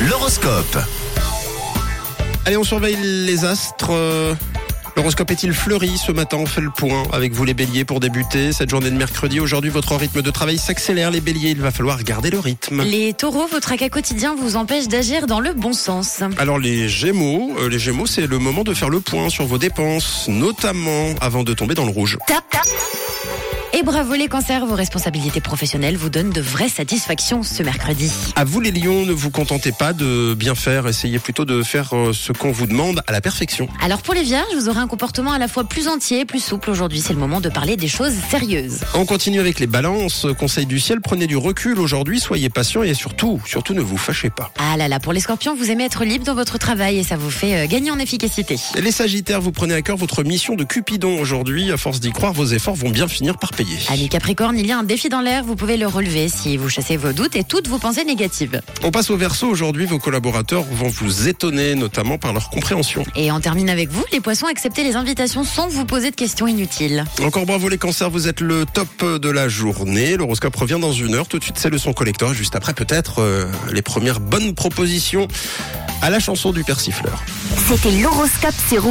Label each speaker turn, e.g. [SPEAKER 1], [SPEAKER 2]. [SPEAKER 1] L'horoscope.
[SPEAKER 2] Allez, on surveille les astres. Euh, L'horoscope est-il fleuri ce matin On fait le point avec vous les béliers pour débuter cette journée de mercredi. Aujourd'hui, votre rythme de travail s'accélère les béliers. Il va falloir garder le rythme.
[SPEAKER 3] Les taureaux, votre tracas quotidien vous empêche d'agir dans le bon sens.
[SPEAKER 2] Alors les gémeaux, euh, les gémeaux c'est le moment de faire le point sur vos dépenses, notamment avant de tomber dans le rouge.
[SPEAKER 3] Tap, tap. Et bravo les cancers, vos responsabilités professionnelles vous donnent de vraies satisfactions ce mercredi.
[SPEAKER 2] À vous les lions, ne vous contentez pas de bien faire, essayez plutôt de faire euh, ce qu'on vous demande à la perfection.
[SPEAKER 3] Alors pour les vierges, vous aurez un comportement à la fois plus entier et plus souple aujourd'hui. C'est le moment de parler des choses sérieuses.
[SPEAKER 2] On continue avec les balances, conseil du ciel, prenez du recul aujourd'hui, soyez patient et surtout, surtout ne vous fâchez pas.
[SPEAKER 3] Ah là là, pour les scorpions, vous aimez être libre dans votre travail et ça vous fait euh, gagner en efficacité.
[SPEAKER 2] Les Sagittaires, vous prenez à cœur votre mission de Cupidon aujourd'hui. À force d'y croire, vos efforts vont bien finir par payer.
[SPEAKER 3] Amis Capricorne, il y a un défi dans l'air, vous pouvez le relever si vous chassez vos doutes et toutes vos pensées négatives.
[SPEAKER 2] On passe au verso aujourd'hui. Vos collaborateurs vont vous étonner, notamment par leur compréhension.
[SPEAKER 3] Et on termine avec vous, les poissons, acceptez les invitations sans vous poser de questions inutiles.
[SPEAKER 2] Encore bravo les cancers, vous êtes le top de la journée. L'horoscope revient dans une heure. Tout de suite, c'est le son collector. Juste après, peut-être, euh, les premières bonnes propositions à la chanson du persifleur.
[SPEAKER 4] C'était l'horoscope sur Rouge.